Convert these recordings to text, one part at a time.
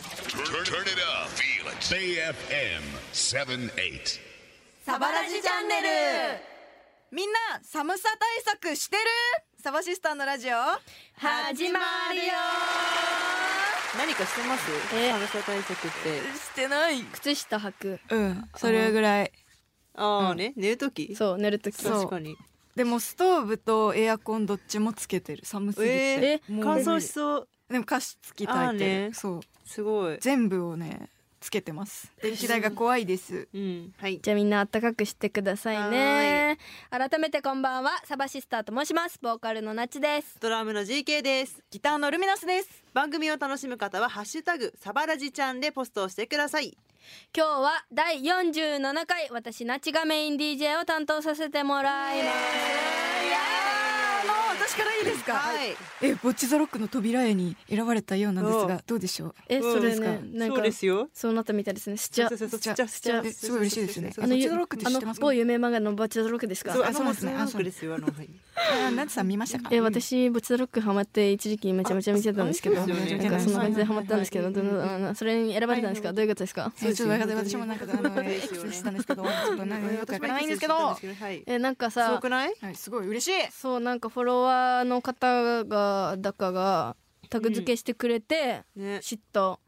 Turn, turn it up. Feel it. AFM 78. サバラジチャンネルみんな寒さ対策してるサバシスターのラジオ始まるよ何かしてますえー寒さ対策ってしてない靴下履くうんそれぐらいああね、寝るときそう寝るときそう確かに。でもストーブとエアコンどっちもつけてる寒すぎて、ええー、もう乾燥しそう。でも加湿器炊いてあーる、ねそうすごい。全部をねつけてます電気代が怖いですうん。はい。じゃあみんなあったかくしてくださいね改めてこんばんはサバシスターと申しますボーカルのなちですドラムの GK です。ギターのルミナスです番組を楽しむ方はハッシュタグサバラジちゃんでポストをしてください。今日は第47回私なちがメイン DJ を担当させてもらいますもう私からいいですかはい。えボッチザロックの扉絵に選ばれたようなんですおがどうでしょうえそうそれですかねなんそうかですよ。そうなったみたいですねスチャそうそうそうスチャスチャスチャスチャすごい嬉しいですねそうあそうのゆボそうチドロックってあ知っのてますか某有名漫画のバチドロックですかそうあそのうでもうすすねごあそうくですよあのはい。あナツさん見ましたかえ私ボチドロックハマって一時期めちゃめちゃ見てたんですけどああれですよなねんかそんな感じでハマったんですけどはいどんどんあのそれに選ばれたんですかどういうことですかえちょっとわかんない私もなんかあの そうエでクすよねセスしたんですけどちょっとなんかよくわからないんですけどははい。えなんかすさごくない？いすごい嬉しいそうなんかフォロワーの方がだかがタグ付けしてくれて、ね。知った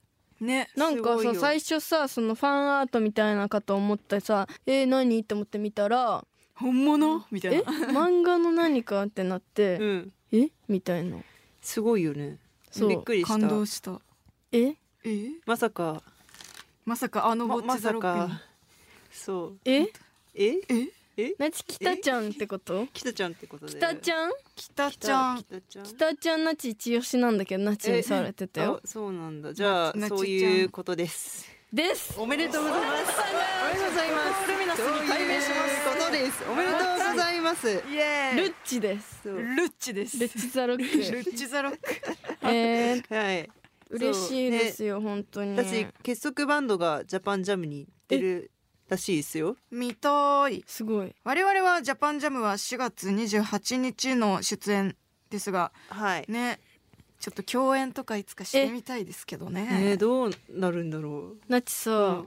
ねなんすかごいさよ最初さそのファンアートみたいなかと思ってさえー、何って思って見たら本物みたいえな漫画の何かってなって、 うん。えみたいなすごいよね。そうびっくりした。感動したええまさか。まさかあのまボッまチザさロックか。そう。ええ？にえなちきたちゃんってこときたちゃんってことで。きたちん。ゃんきたちゃんきたちゃんき。たちゃんなち一押しなんだけどなちにされてたよあそうなんだ。じゃあななちっちゃんそういうことです。ですおめでとうございます。おめでとうございます。ルミナスに改名しますことです。おめでとうございます。イエルッチですそうルッチですルッチザロルックッチザロック えー、はい。嬉しいですよ、本当に私結束バンドがジャパンジャムに行ってるらしいですよ。見たいすごい我々はジャパンジャムは4月28日の出演ですがはい。ねちょっと共演とかいつかしてみたいですけどねねどうなるんだろなちさ、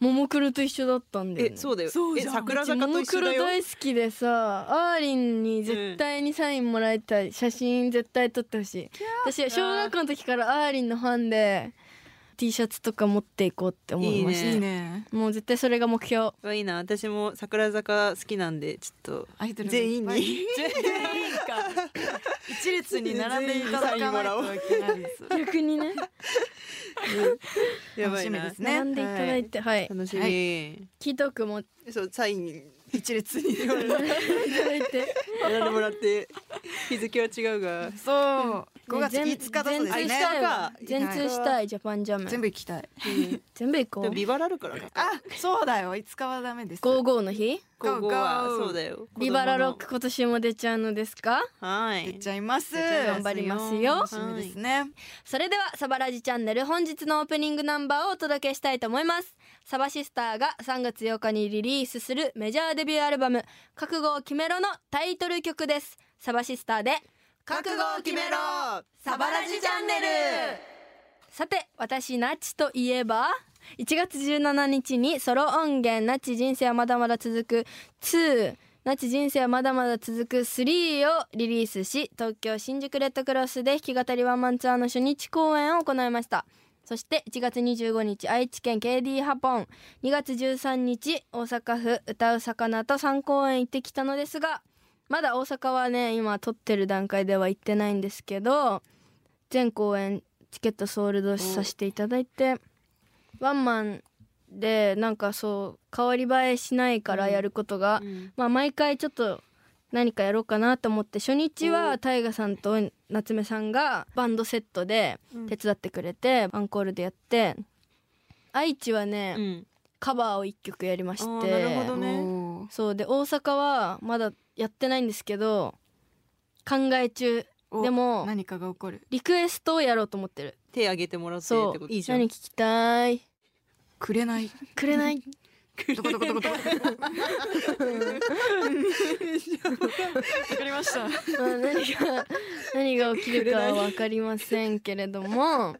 ももクロと一緒だったんう。だよえねそうだよ。そうえじゃん桜うち坂もとも一緒クだロよ。大好きでさあーりんに絶対にサインもらいたい、写真絶対撮ってほしい私小学校の時からあーりんのファンで T シャツとか持っていこうって思いましたいいいねもう絶対それが目標いいな。私も桜坂好きなんでちょっと。アイドル全員にがいっぱい全員か一列に並んでいただかないといけないです 逆にねやばいな。楽しみですね並んでいただいてはい、楽しみ。はキートークもいそうサイン一列にただいて選んでもらって日付は違うが。そう5月5日だそうです全通ねしたいわあ全通したいジャパンジャム全部行きたい全部行こでうもビバラあるからな。あそうだよ5日はダメです55の日高校は Go, go. そうだよ。ビバラロック今年も出ちゃうのですかはい。行っちゃいます行っちゃいます頑張りますよ楽しみですねそれではサバラジチャンネル本日のオープニングナンバーをお届けしたいと思いますサバシスターが3月8日にリリースするメジャーデビューアルバム「覚悟を決めろ」のタイトル曲ですサバシスターで「覚悟を決めろサバラジチャンネル」さて私ナチといえば1月17日にソロ音源「ナチ人生はまだまだ続く2」ナチ人生はまだまだ続く3をリリースし東京新宿レッドクロスで弾き語りワンマンツアーの初日公演を行いましたそして1月25日愛知県 KD ハポン2月13日大阪府歌う魚と3公演行ってきたのですがまだ大阪はね今撮ってる段階では行ってないんですけど全公演チケットソールドさせていただいてワンマンでなんかそう変わり映えしないからやることが、まあ毎回ちょっと何かやろうかなと思って初日は大ガさんと夏目さんがバンドセットで手伝ってくれて、アンコールでやって愛知はね、うん。カバーを1曲やりましてあーなるほどね。おーそうで大阪はまだやってないんですけど考え中おでも何かが起こるリクエストをやろうと思ってる手挙げてもらってってそこうといいじゃん。何聞きたいくれない くれないどこどこどこどこ。わかりました。まあ、何が何が起きるかは分かりませんけれど も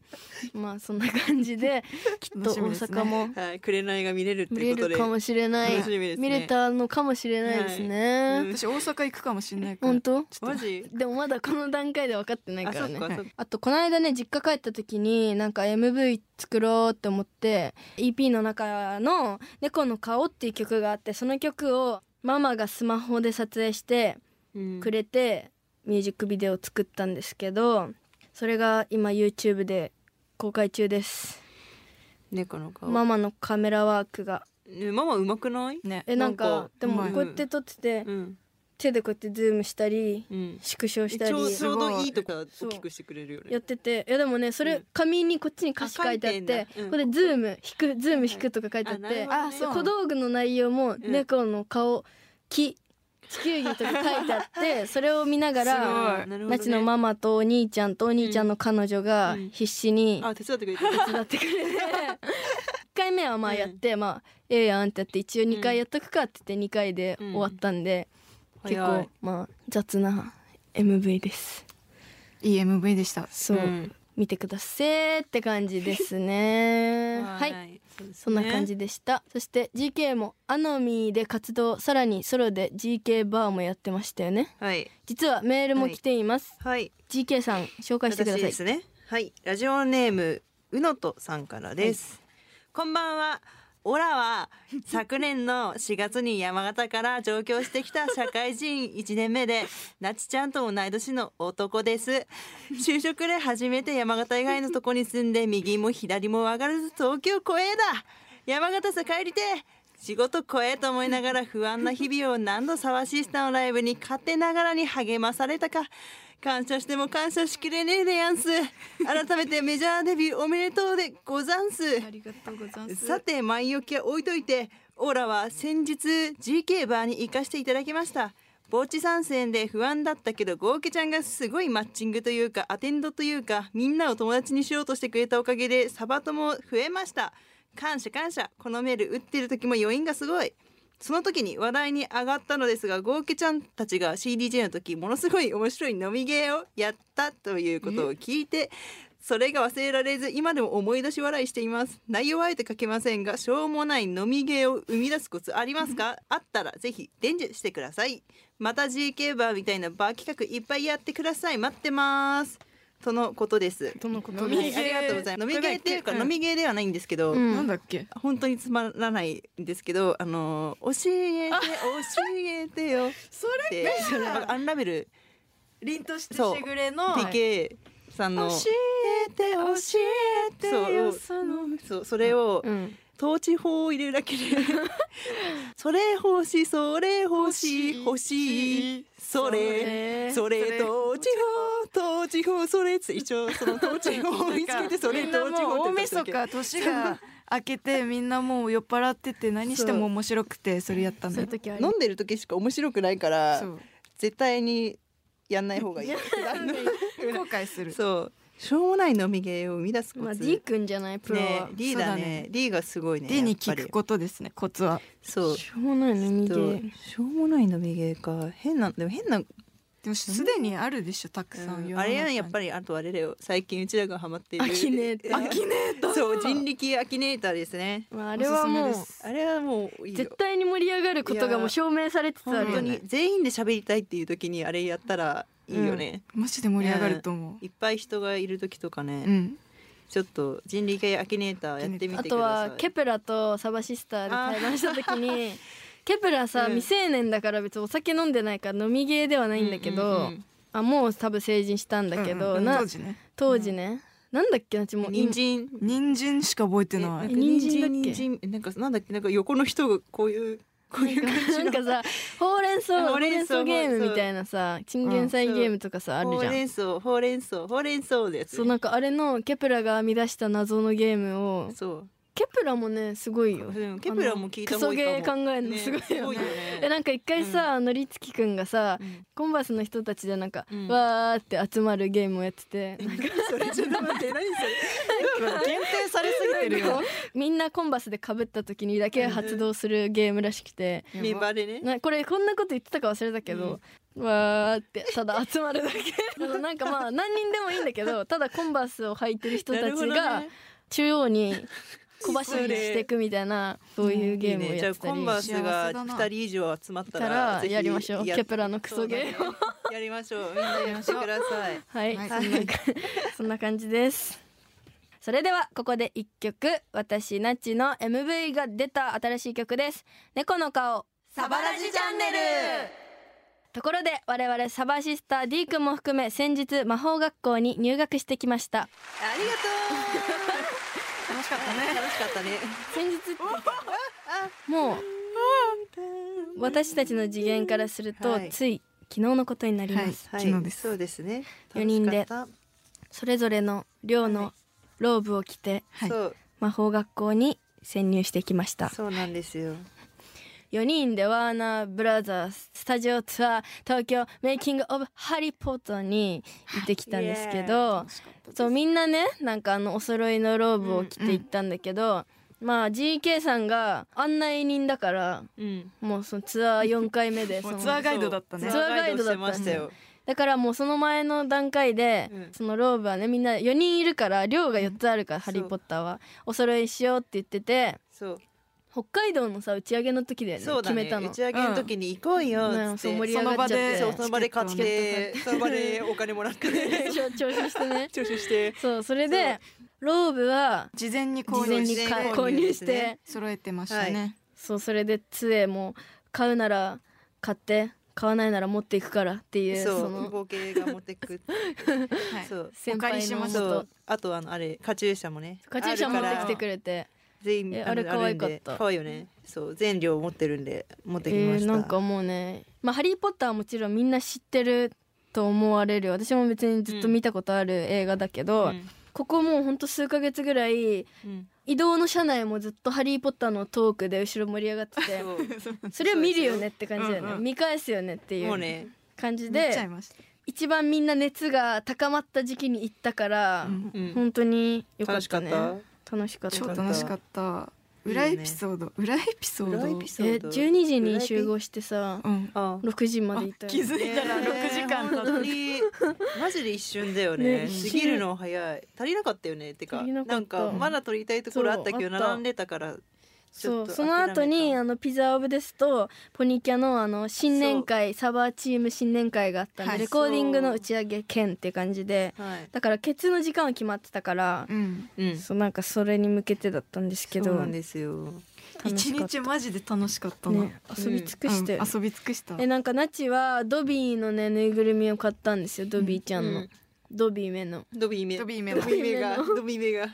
まあそんな感じできっと大楽しみですね阪 もはい、紅が見れると見いれうことるで。かもしれない、楽しみですね見れたのかもしれないですね、はいうん私大阪行くかもしれないから。本当マジ。でもまだこの段階で分かってないからねあそっかそっかはいあとこの間ね実家帰った時になんか MV 作ろうって思って EP の中の「猫の顔」っていう曲があってその曲をママがスマホで撮影してくれてミュージックビデオを作ったんですけどそれが今 YouTube で公開中です猫の顔。ママのカメラワークがねママうまくない？ね。えなんかなんかでもうこんうやって撮ってて、うん。手でこうやってズームしたりうん。縮小したちりょうちょうどいいとこそう大きくしてくれるよやっね。てていやでもねそれ紙にこっちに歌詞書いてあっあ書ていてんだうんこれズーム引くズーム引くとか書いてあっなるてほどねあそう小道具の内容もん猫の顔木地球儀とか書いてあっ てそれを見ながらすごいなるほどねナチのママとお兄ちゃんとお兄ちゃんの彼女がうん必死にあ手伝ってくれて手伝ってくれて 1回目はまあやってまあええやんってやって一応2回やっとくかって言って2回で終わったんでうん結早構いまあ雑な MV です。いい MV でした。そう、うん見てくださいって感じです ねはい、い。うですねそんな感。じでしたそして GK もアノミーで活動さらにソロで GK バーもやってましたよねはい実はメールも来ています、はい。 GK さん紹介してくだ私さでいすね。はい、ラジオネームうのとさんからです。こんばんは。オラは昨年の4月に山形から上京してきた社会人1年目で、なちちゃんと同い年の男です。就職で初めて山形以外のとこに住んで、右も左も分からず東京越えだ。山形さ帰りてえ仕事怖えと思いながら不安な日々を何度サワシスタのライブに勝手ながらに励まされたか感謝しても感謝しきれねえでやんす改めてメジャーデビューおめでとうでござんすありがとうございます。さて前置きは置いといてオーラは先日 GK バーに行かせていただきました傍地参戦で不安だったけどゴーケちゃんがすごいマッチングというかアテンドというかみんなを友達にしようとしてくれたおかげでサバとも増えました感謝感謝このメール打ってる時も余韻がすごいその時に話題に上がったのですがゴーケちゃんたちが CDJ の時ものすごい面白い飲みゲーをやったということを聞いてそれが忘れられず今でも思い出し笑いしています内容はあえて書けませんがしょうもない飲みゲーを生み出すコツありますかあったらぜひ伝授してくださいまた GK バーみたいなバー企画いっぱいやってください待ってますとのことですとのこと飲でみゲすーありがとうございます飲みゲーっていうかうん飲みゲーではないんですけど、うんなんだっけ。本当につまらないんですけど、あのー教えて教えてよっ そて、アンラベル凛としてそうしぐれの。 TK さんの、教えて教えてよそうその。そうそれをうん、統治法を入れる だけで、それ欲しいそれ欲しい欲しいそれそそれ統治法統治法それっつって一応その統治法を見つけてそれみんな統治もう法大って晦日年が明けてみんなもう酔っ払ってて何しても面白くてそれやったんそだういよう時あり飲んでる時しか面白くないからそう絶対にやんない方がいい。後悔するそうしょうもない飲みゲーを生み出すコツ、まあ D 君じゃないプロねは、 D そだねうだね D がすごいね手に聞やっくぱことですねコツはりそうしょうもないのにちょっとしょうもない飲みゲーか変なでも変な、でもすでにあるでしょたくさんあれやんやっぱりりあとあれだよ最近うちらがハマっているアキネーターアキネーターそう人力アキネーターですねまあ、あれはもうおすすめですあれはもういいよ絶対に盛り上がることがもう証明されつつある本当よねに全員で喋りたいっていう時にあれやったらいいよね、マジで盛り上がると思いっぱい人がいる時とかね、ううんちょっと人力アキネーターやってみてくあださいとはケプラとサバシスターで対談した時 にケプラさ、うん未成年だから別にお酒飲んでないから飲みゲーではないんだけど、うんうんうんあもう多分成人したんだけど、うんうんな当時ね当時ね、なんだっけなちもう人参人参しか覚えてなえいえ人参だっけ人参なんかなんだっけなんか横の人がこう いうこういう感じなんのかさほうれん草 ほほううれれんん草草ゲームみたいなさチンゲン菜ゲームとかさあるほうじゃん、れん草ほうれん草ほうれん草のやつねそうなんかあれのケプラが編み出した謎のゲームをそうケプラもねすごいよでもケプラも聞いた方がいいあのクかソもゲー考えるのすごいよねえねなんか一回さ、のりつきくんがさ、うんコンバースの人たちでなんか、うんわーって集まるゲームをやっててすごいよねそれちょっと待って何それ 限定されすぎてってるよ。みんなコンバスでかぶった時にだけ発動するゲームらしくてメンバーでね。なこれこんなこと言ってたか忘れたけど、わーってた だ集まるだけあのなんかまあ 何人でもいいんだけどただコンバスを履いてる人なたるちほどがね中央 に小走りしていくみたいなそういうゲームをいいねじゃやあってたコりンバースが二人以上集まっかたららぜひやりましょうやっケプラのクソゲームそうだねやりましょうみんなやってくださいはい、はいそんな かそんな感じです。それではここで一曲私ナッチの MV が出た新しい曲です猫の顔サバラジチャンネルところで我々サバシスター D 君も含め先日魔法学校に入学してきましたありがとう楽しかったね楽しかったね先日っていうかもう私たちの次元からするとはいつい昨日のことになります、はい昨日ですそうですね四人で楽しかっそれぞれの寮のローブを着てたそう魔法学校に潜入してきましたそうなんですよ4人でワーナーブラザーススタジオツアー東京メイキング・オブ・ハリー・ポッターに行ってきたんですけど、そうみんなねなんかあのお揃いのローブを着て行ったんだけど、まあ GK さんが案内人だからうんもうそのツアー4回目 でそのツアーガイドだったねツアーガイドしてましたよだからもうその前の段階で、うんそのローブはねみんな4人いるから量が4つあるから、ハリー・ポッターはお揃いしようって言っててそう北海道のさ打ち上げの時だよねそうだ決めねたの。打ち上げの時に行こうよねっつそうって盛り上がっちゃってそうその場で買ってその場でお金もらって 調調子してね徴収してそうそれでローブは事前に事購前入にし事て前買に購入して、購入ですね揃えてましたね、そうそれで杖も買うなら買って買わないなら持っていくからっていうそそうの合計が持ってくはいそう先お借輩りしのまもしたそとうあとあのあれカチューシャもねカチューシャ持ってきてくれれて全員えのあれ可愛かったるんで可愛いよねそう全量持ってるんで持ってきまえしーた、なんかもうねまあハリー・ポッターはもちろんみんな知ってると思われるよ私も別にずっと見たことある映画だけど、ここもうほんと数ヶ月ぐらいうん移動の車内もずっと「ハリー・ポッター」のトークで後ろ盛り上がっててそう それを見るよねって感じだよね、うんうん見返すよねっていもううね、感じ見ちゃいでました一番みんな熱が高まった時期に行ったから、うん本当に良か楽っしかたっねた楽しかった超楽しかった裏エピソード裏エピソード裏エピソえード12時に集合してさうんあ6時までいたよあ気づいたら6時間経本っ当にマジで一瞬だよねね過ぎるの早い足りなかったよねってか足りなかったんかまだ取りたいところあったけそうあどった並んでたからちそょっうとその後諦めにたあのピザオブですとポニキャのあの新年会サーバーチーム新年会があったんで、はいレコーディングの打ち上げ兼って感じではいだからケツの時間は決まってたから、 うんうんそうなんかそれに向けてだったんですけどそうなんですよ楽一しかっ日マジで楽しかったな、ね、遊び尽くして、うん遊び尽くしたえなんかナチはドビーのねぬいぐるみを買ったんですよドビーちゃんの、うんドビー目のドビー目ドビー目目のドビー目がドビー目が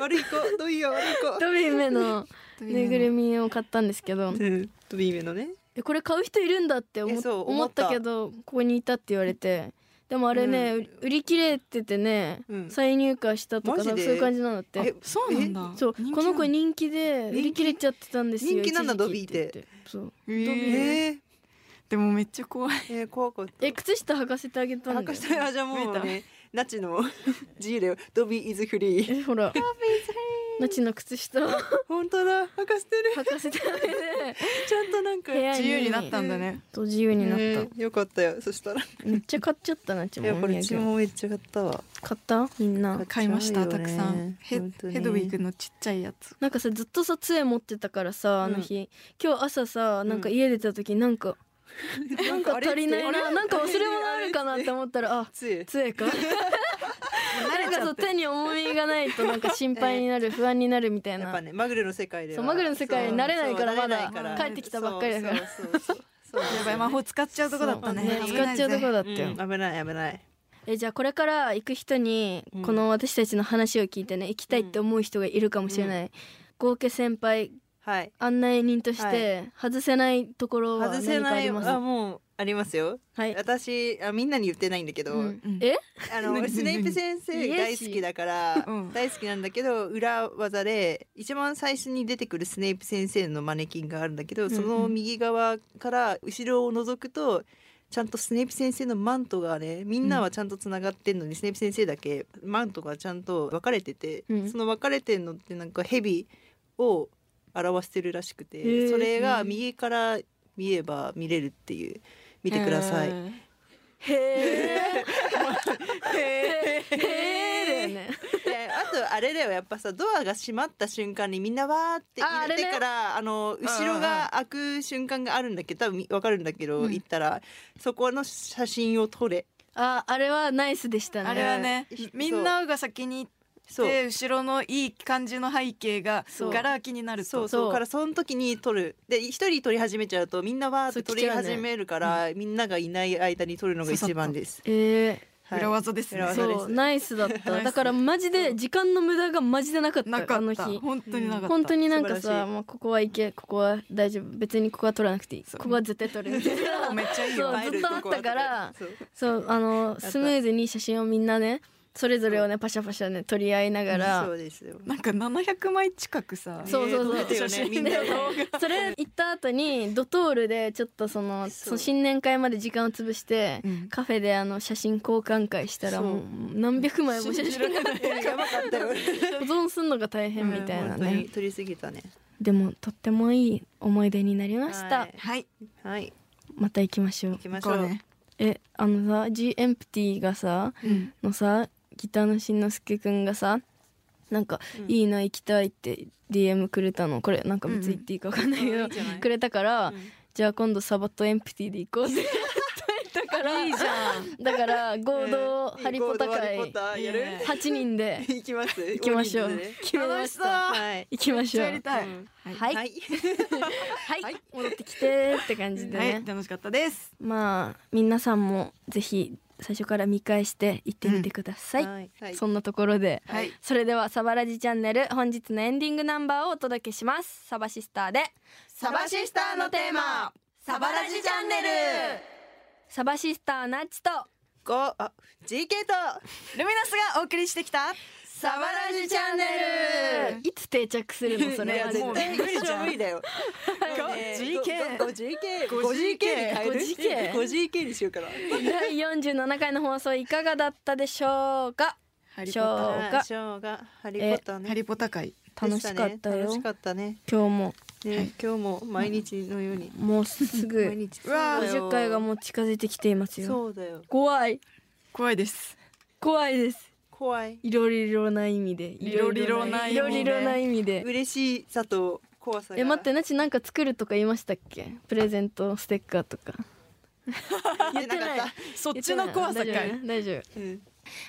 悪い子ドビーが悪い ドビー目のぬいぐるみを買ったんですけど子うんドビー目のね えこれ買う人いるんだって思えそう思思っったたけどここにいたって言われてでもあれね、うん売り売り切れててね、うん再入荷したとかマジ多で分そういう感じなんだってえそうなんだそうこの子人気で人気売り切れちゃってたんですよ人気なんだ一時期言ドビそうええーーでもめっちゃ怖いえー怖かったえ靴下履かせてあげたんだあよかしたあじゃあもうねナチの 自由だよドビーイズフリーえほらナチの靴下を履本当だ履かせてるかせてあげてちゃんとなんか部屋自由になったんだねと自由になった、えーよかったよそしたらいめっちゃ買っちゃったなちもやこれおう土ち産をもめっちゃ買ったわ買ったみんな買いましたたくさんヘ本当にヘドウィグのちっちゃいやつなんかさずっとさ杖持ってたからさあの日、今日朝さなんか家出た時なんか、なんか足りないあれななんか忘れ物あるかなって思ったらあつ杖かなんかそう手に重みがないとなんか心配になる不安になるみたいやっなぱねマグレの世界ではそうマグレの世界に慣れないからそまうだ慣れないから帰ってきたばっかりだからそうそうそうそうやばい魔法使っちゃうとこだったねそうね危使なっちいぜゃうとこだったよ、うん危ない危ないえじゃあこれから行く人にうんこの私たちの話を聞いてね行きたいって思う人がいるかもしれない、合計先輩はい案内人として外せないところは外せ何かなあいりますあもうありますよはい、私あみんなに言ってないんだけど、うんうんえあ何の何スネイプ先生イエ大シ好きだから、うん大好きなんだけど裏技で一番最初に出てくるスネイプ先生のマネキンがあるんだけど、その右側から後ろを覗くとちゃんとスネープ先生のマントがねみんなはちゃんとつながってんのに、スネープ先生だけマントがちゃんと分かれてて、うんその分かれてんのってなんか蛇を表してるらしくて、ーそれが右から見れば見れるっていう見てください。うんへえへへえだよねであとあれだよやっぱさドアが閉まった瞬間にみんなわーってあ入れてあれねからあ、の後ろが開く瞬間があるんだけど多分わかるんだけど、うん行ったらそこの写真を撮れああれはナイスでしたねあれはねそうみんなが先に行そっうて後ろのいい感じの背景がそうガラ空きになるそとうそうそうからその時に撮るで一人撮り始めちゃうとみんなわーって撮りそう来ちゃうね始めるから、みんながいない間に撮るのが一番です。えはい裏技ですね裏ー、技そですうナイスだっナイたスだからマジで時間の無駄がマジでなかったなかあのっ日た本当になかった本当になんか素晴らさしいもうここはいけここは大丈夫別にここは取らなくていいそこうこは絶対取れるめっちゃいいよそう映えるずっとあったからそうそうあのたスムーズに写真をみんなねそれぞれをねパシャパシャね取り合いながらそうですよ。なんか700枚近くさそうそうそうね撮ってたよねみんなで それ行った後にドトールでちょっとそのそうその新年会まで時間を潰して、うんカフェであの写真交換会したらそうもう何百枚も写真が やばかったよ。保存するのが大変 みたいな本当ね、に撮りすぎたね。でもとってもいい思い出になりました、はいはいはいまた行きましょう行きましょこうう。ねえあのさ G エンプティがさうんのさギターのしんのすけくんがさなんか、うんいいな行きたいって DM くれたのこれなんか別に言っていいか分かんないけど、うんうんあいいじゃないくれたから、んじゃあ今度サバとエンプティで行こうって だからいいじゃんだから合同ハリポタ会合同ハリポタやるいいね8人で行きます。 行きましょ大う人数で決めま楽ししそうたはい。行きましょうやりたいうんはいははい、い。戻ってきてって感じではね、い楽しかったですまあ皆さんもぜひ最初から見返して行ってみてください、はいはいそんなところで、はいそれではサバラジチャンネル本日のエンディングナンバーをお届けしますサバシスターでサバシスターのテーマサバラジチャンネルサバシスターナッチとごあ GK と。ルミナスがお送りしてきたサバラジチャンネルいつ定着するのそいれやは絶対もう無理じゃん無理だよ。 GK 五 GK 50K に変える。 50K 五 GK にしようかな。第47回の放送いかがだったでしょうかハリポタそうかショーがハリポタハね。リポタ会楽しかったでねよ楽し今かったね。日もね今日も毎日のように。もうす毎ぐ日。うわー50回がもう近づいてきていますよそうだよ。怖い怖いです怖いです怖い。いろいろな意味でいろいろな意味でいろいろな意味で嬉しさと怖さが。え待ってなちなんか作るとか言いましたっけプレゼントステッカーとか言 ってなかっ言たっ。そっ言ってちないの怖さか大丈い夫ね大丈夫うん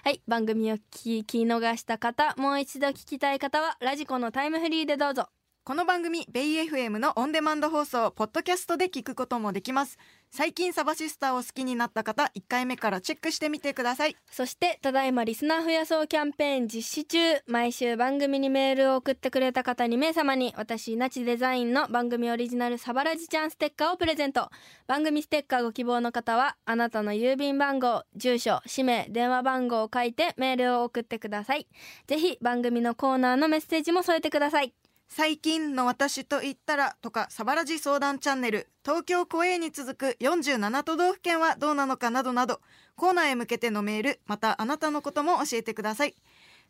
はい番組を聞き逃した方もう一度聞きたい方はラジコのタイムフリーでどうぞこの番組ベイ FM のオンデマンド放送ポッドキャストで聞くこともできます最近サバシスターを好きになった方1回目からチェックしてみてくださいそしてただいまリスナー増やそうキャンペーン実施中毎週番組にメールを送ってくれた方2名様に私ナチデザインの番組オリジナルサバラジちゃんステッカーをプレゼント番組ステッカーご希望の方はあなたの郵便番号住所氏名電話番号を書いてメールを送ってくださいぜひ番組のコーナーのメッセージも添えてください最近の私と言ったらとかサバラジ相談チャンネル東京公営に続く47都道府県はどうなのかなどなどコーナーへ向けてのメールまたあなたのことも教えてください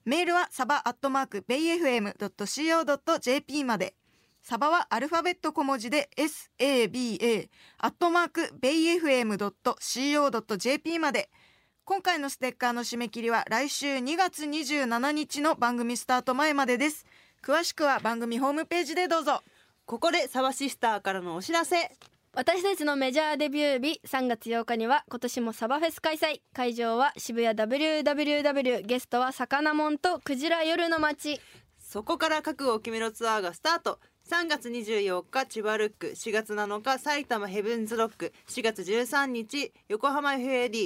メールはサバアットマークベイ FM.co.jp までサバはアルファベット小文字で SABA アットマークベイ FM.co.jp まで今回のステッカーの締め切りは来週2月27日の番組スタート前までです詳しくは番組ホームページでどうぞここでサバシスターからのお知らせ。私たちのメジャーデビュー日3月8日には今年もサバフェス開催会場は渋谷 WWW ゲストは魚もんとクジラ夜の街そこから覚悟を決めろツアーがスタート3月24日千葉ルック4月7日埼玉ヘブンズロック4月13日横浜 FAD4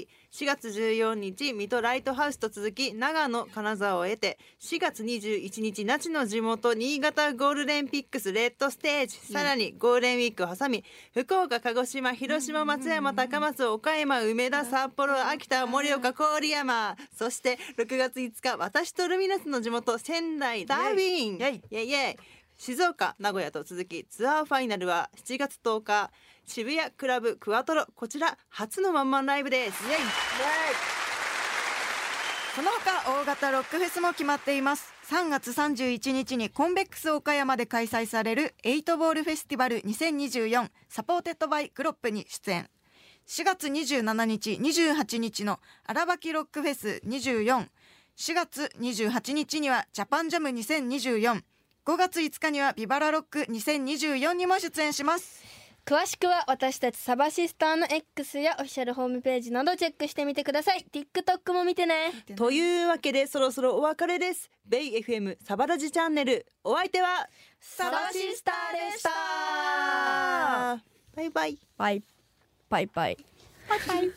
月14日水戸ライトハウスと続き長野金沢を経て4月21日那智の地元新潟ゴールデンピックスレッドステージさらにゴールデンウィークを挟み福岡鹿児島広島松山高松岡山梅田札幌秋田盛岡郡山そして6月5日私とルミナスの地元仙台ダーウィンイェイイェイイェイ静岡名古屋と続きツアーファイナルは7月10日渋谷クラブクワトロこちら初のワンマンライブですその他大型ロックフェスも決まっています3月31日にコンベックス岡山で開催されるエイトボールフェスティバル2024サポーテッドバイグロップに出演4月27日28日の荒キロックフェス244 4月28日にはジャパンジャム20245月5日にはビバラロック2024にも出演します詳しくは私たちサバシスターの X やオフィシャルホームページなどチェックしてみてください TikTok も見てねというわけでそろそろお別れですベイ FM サバラジチャンネルお相手はサバシスターでしたバイバイバイバイバイバイバイ